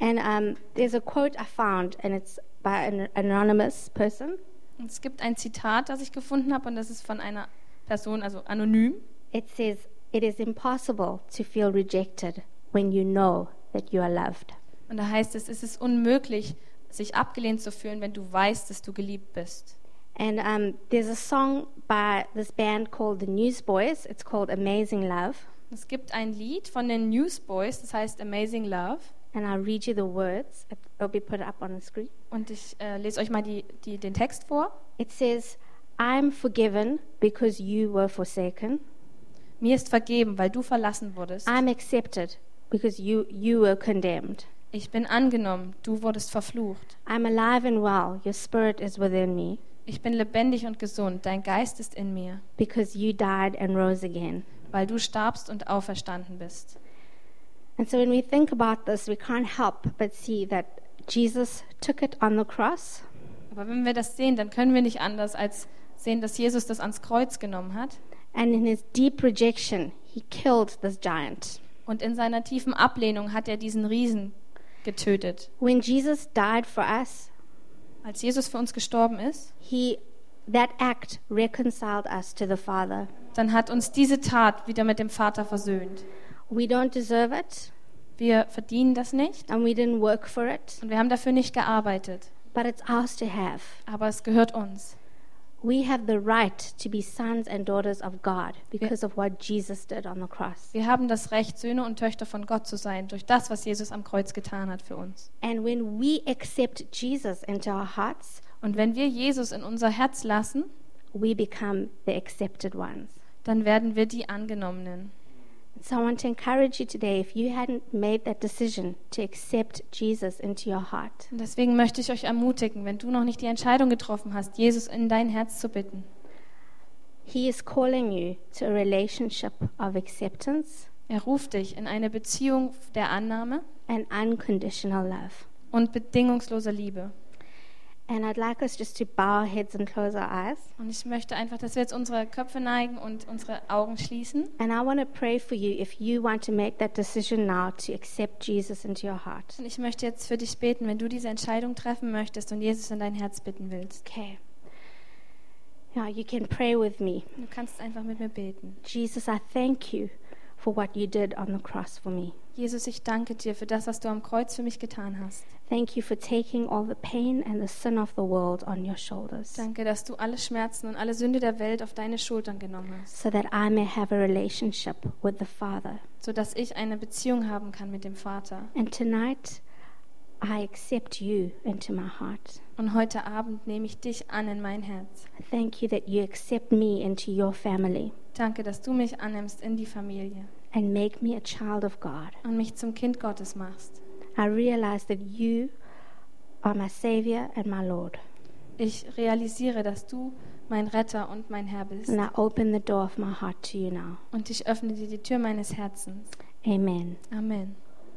Speaker 1: And um, there's a quote I found, and it's by an anonymous person.
Speaker 2: Und es gibt ein Zitat, das ich gefunden habe, und das ist von einer Person, also anonym.
Speaker 1: It says, It is impossible to feel rejected when you know that you are loved.
Speaker 2: Und da heißt es, es ist unmöglich, sich abgelehnt zu fühlen, wenn du weißt, dass du geliebt bist.
Speaker 1: And um, there's a song by this band called the Newsboys. It's called Amazing Love.
Speaker 2: Es gibt ein Lied von den Newsboys, das heißt Amazing Love.
Speaker 1: And I'll read you the words. It- It'll be put up on the screen.
Speaker 2: Und ich äh, lese euch mal die, die, den Text vor.
Speaker 1: It says, I'm forgiven because you were forsaken.
Speaker 2: Mir ist vergeben, weil du verlassen wurdest.
Speaker 1: I'm accepted because you, you were condemned.
Speaker 2: Ich bin angenommen, du wurdest verflucht.
Speaker 1: I'm alive and well. Your spirit is within me
Speaker 2: Ich bin lebendig und gesund, dein Geist ist in mir,
Speaker 1: because you died and rose again.
Speaker 2: weil du starbst und auferstanden bist.
Speaker 1: And so when we think about this, we can't help but see that Jesus took it on the cross.
Speaker 2: Aber wenn wir das sehen, dann können wir nicht anders als sehen, dass Jesus das ans Kreuz genommen hat.
Speaker 1: And in his deep rejection, he killed this giant.
Speaker 2: Und in seiner tiefen Ablehnung hat er diesen Riesen getötet.
Speaker 1: When Jesus died for us,
Speaker 2: Als Jesus für uns gestorben ist,
Speaker 1: he that act reconciled us to the Father.
Speaker 2: dann hat uns diese Tat wieder mit dem Vater versöhnt.
Speaker 1: We don't deserve it
Speaker 2: Wir verdienen das nicht
Speaker 1: and we didn't work for it,
Speaker 2: und wir haben dafür nicht gearbeitet,
Speaker 1: but it's ours to have.
Speaker 2: aber es gehört uns.
Speaker 1: We have the right to be sons and daughters of God because of what Jesus did on the cross.
Speaker 2: Wir haben das Recht, Söhne und Töchter von Gott zu sein, durch das, was Jesus am Kreuz getan hat für uns.
Speaker 1: And when we accept Jesus into our hearts,
Speaker 2: Und wenn wir Jesus in unser Herz lassen,
Speaker 1: we become the accepted ones.
Speaker 2: dann werden wir die Angenommenen.
Speaker 1: So I want to encourage you today if you hadn't made that decision to accept Jesus into your heart,
Speaker 2: Und deswegen möchte ich euch ermutigen, wenn du noch nicht die Entscheidung getroffen hast, Jesus in dein Herz zu bitten.
Speaker 1: He is calling you to a relationship of acceptance
Speaker 2: Er ruft dich in eine Beziehung der Annahme
Speaker 1: and unconditional love.
Speaker 2: und bedingungslose Liebe.
Speaker 1: And I'd like us just to bow our heads and close our eyes.
Speaker 2: Und ich möchte einfach, dass wir jetzt unsere Köpfe neigen und unsere Augen schließen.
Speaker 1: And I want to pray for you if you want to make that decision now to accept Jesus into your heart.
Speaker 2: Und ich möchte jetzt für dich beten, wenn du diese Entscheidung treffen möchtest und Jesus in dein Herz bitten willst.
Speaker 1: Okay. Now you can pray with me.
Speaker 2: Du kannst einfach mit mir beten.
Speaker 1: Jesus, I thank you for what you did on the cross for me.
Speaker 2: Jesus, ich danke dir für das, was du am Kreuz für mich getan hast.
Speaker 1: Thank you for taking all the pain and the sin of the world on your shoulders
Speaker 2: Danke, dass du alle Schmerzen und alle Sünde der Welt auf deine Schultern genommen hast,
Speaker 1: so that I may have a relationship with the Father.
Speaker 2: sodass ich eine Beziehung haben kann mit dem Vater.
Speaker 1: And tonight, I accept you into my heart.
Speaker 2: Und heute Abend nehme ich dich an in mein Herz.
Speaker 1: I Thank you that you accept me into your family
Speaker 2: Danke, dass du mich annimmst in die Familie
Speaker 1: and make me a child of God.
Speaker 2: und mich zum Kind Gottes machst.
Speaker 1: I realize that you are my Savior and my Lord.
Speaker 2: Ich realisiere, dass du mein Retter und mein Herr bist.
Speaker 1: And I open the door of my heart to you now.
Speaker 2: Und ich öffne dir die Tür meines Herzens.
Speaker 1: Amen.
Speaker 2: Amen.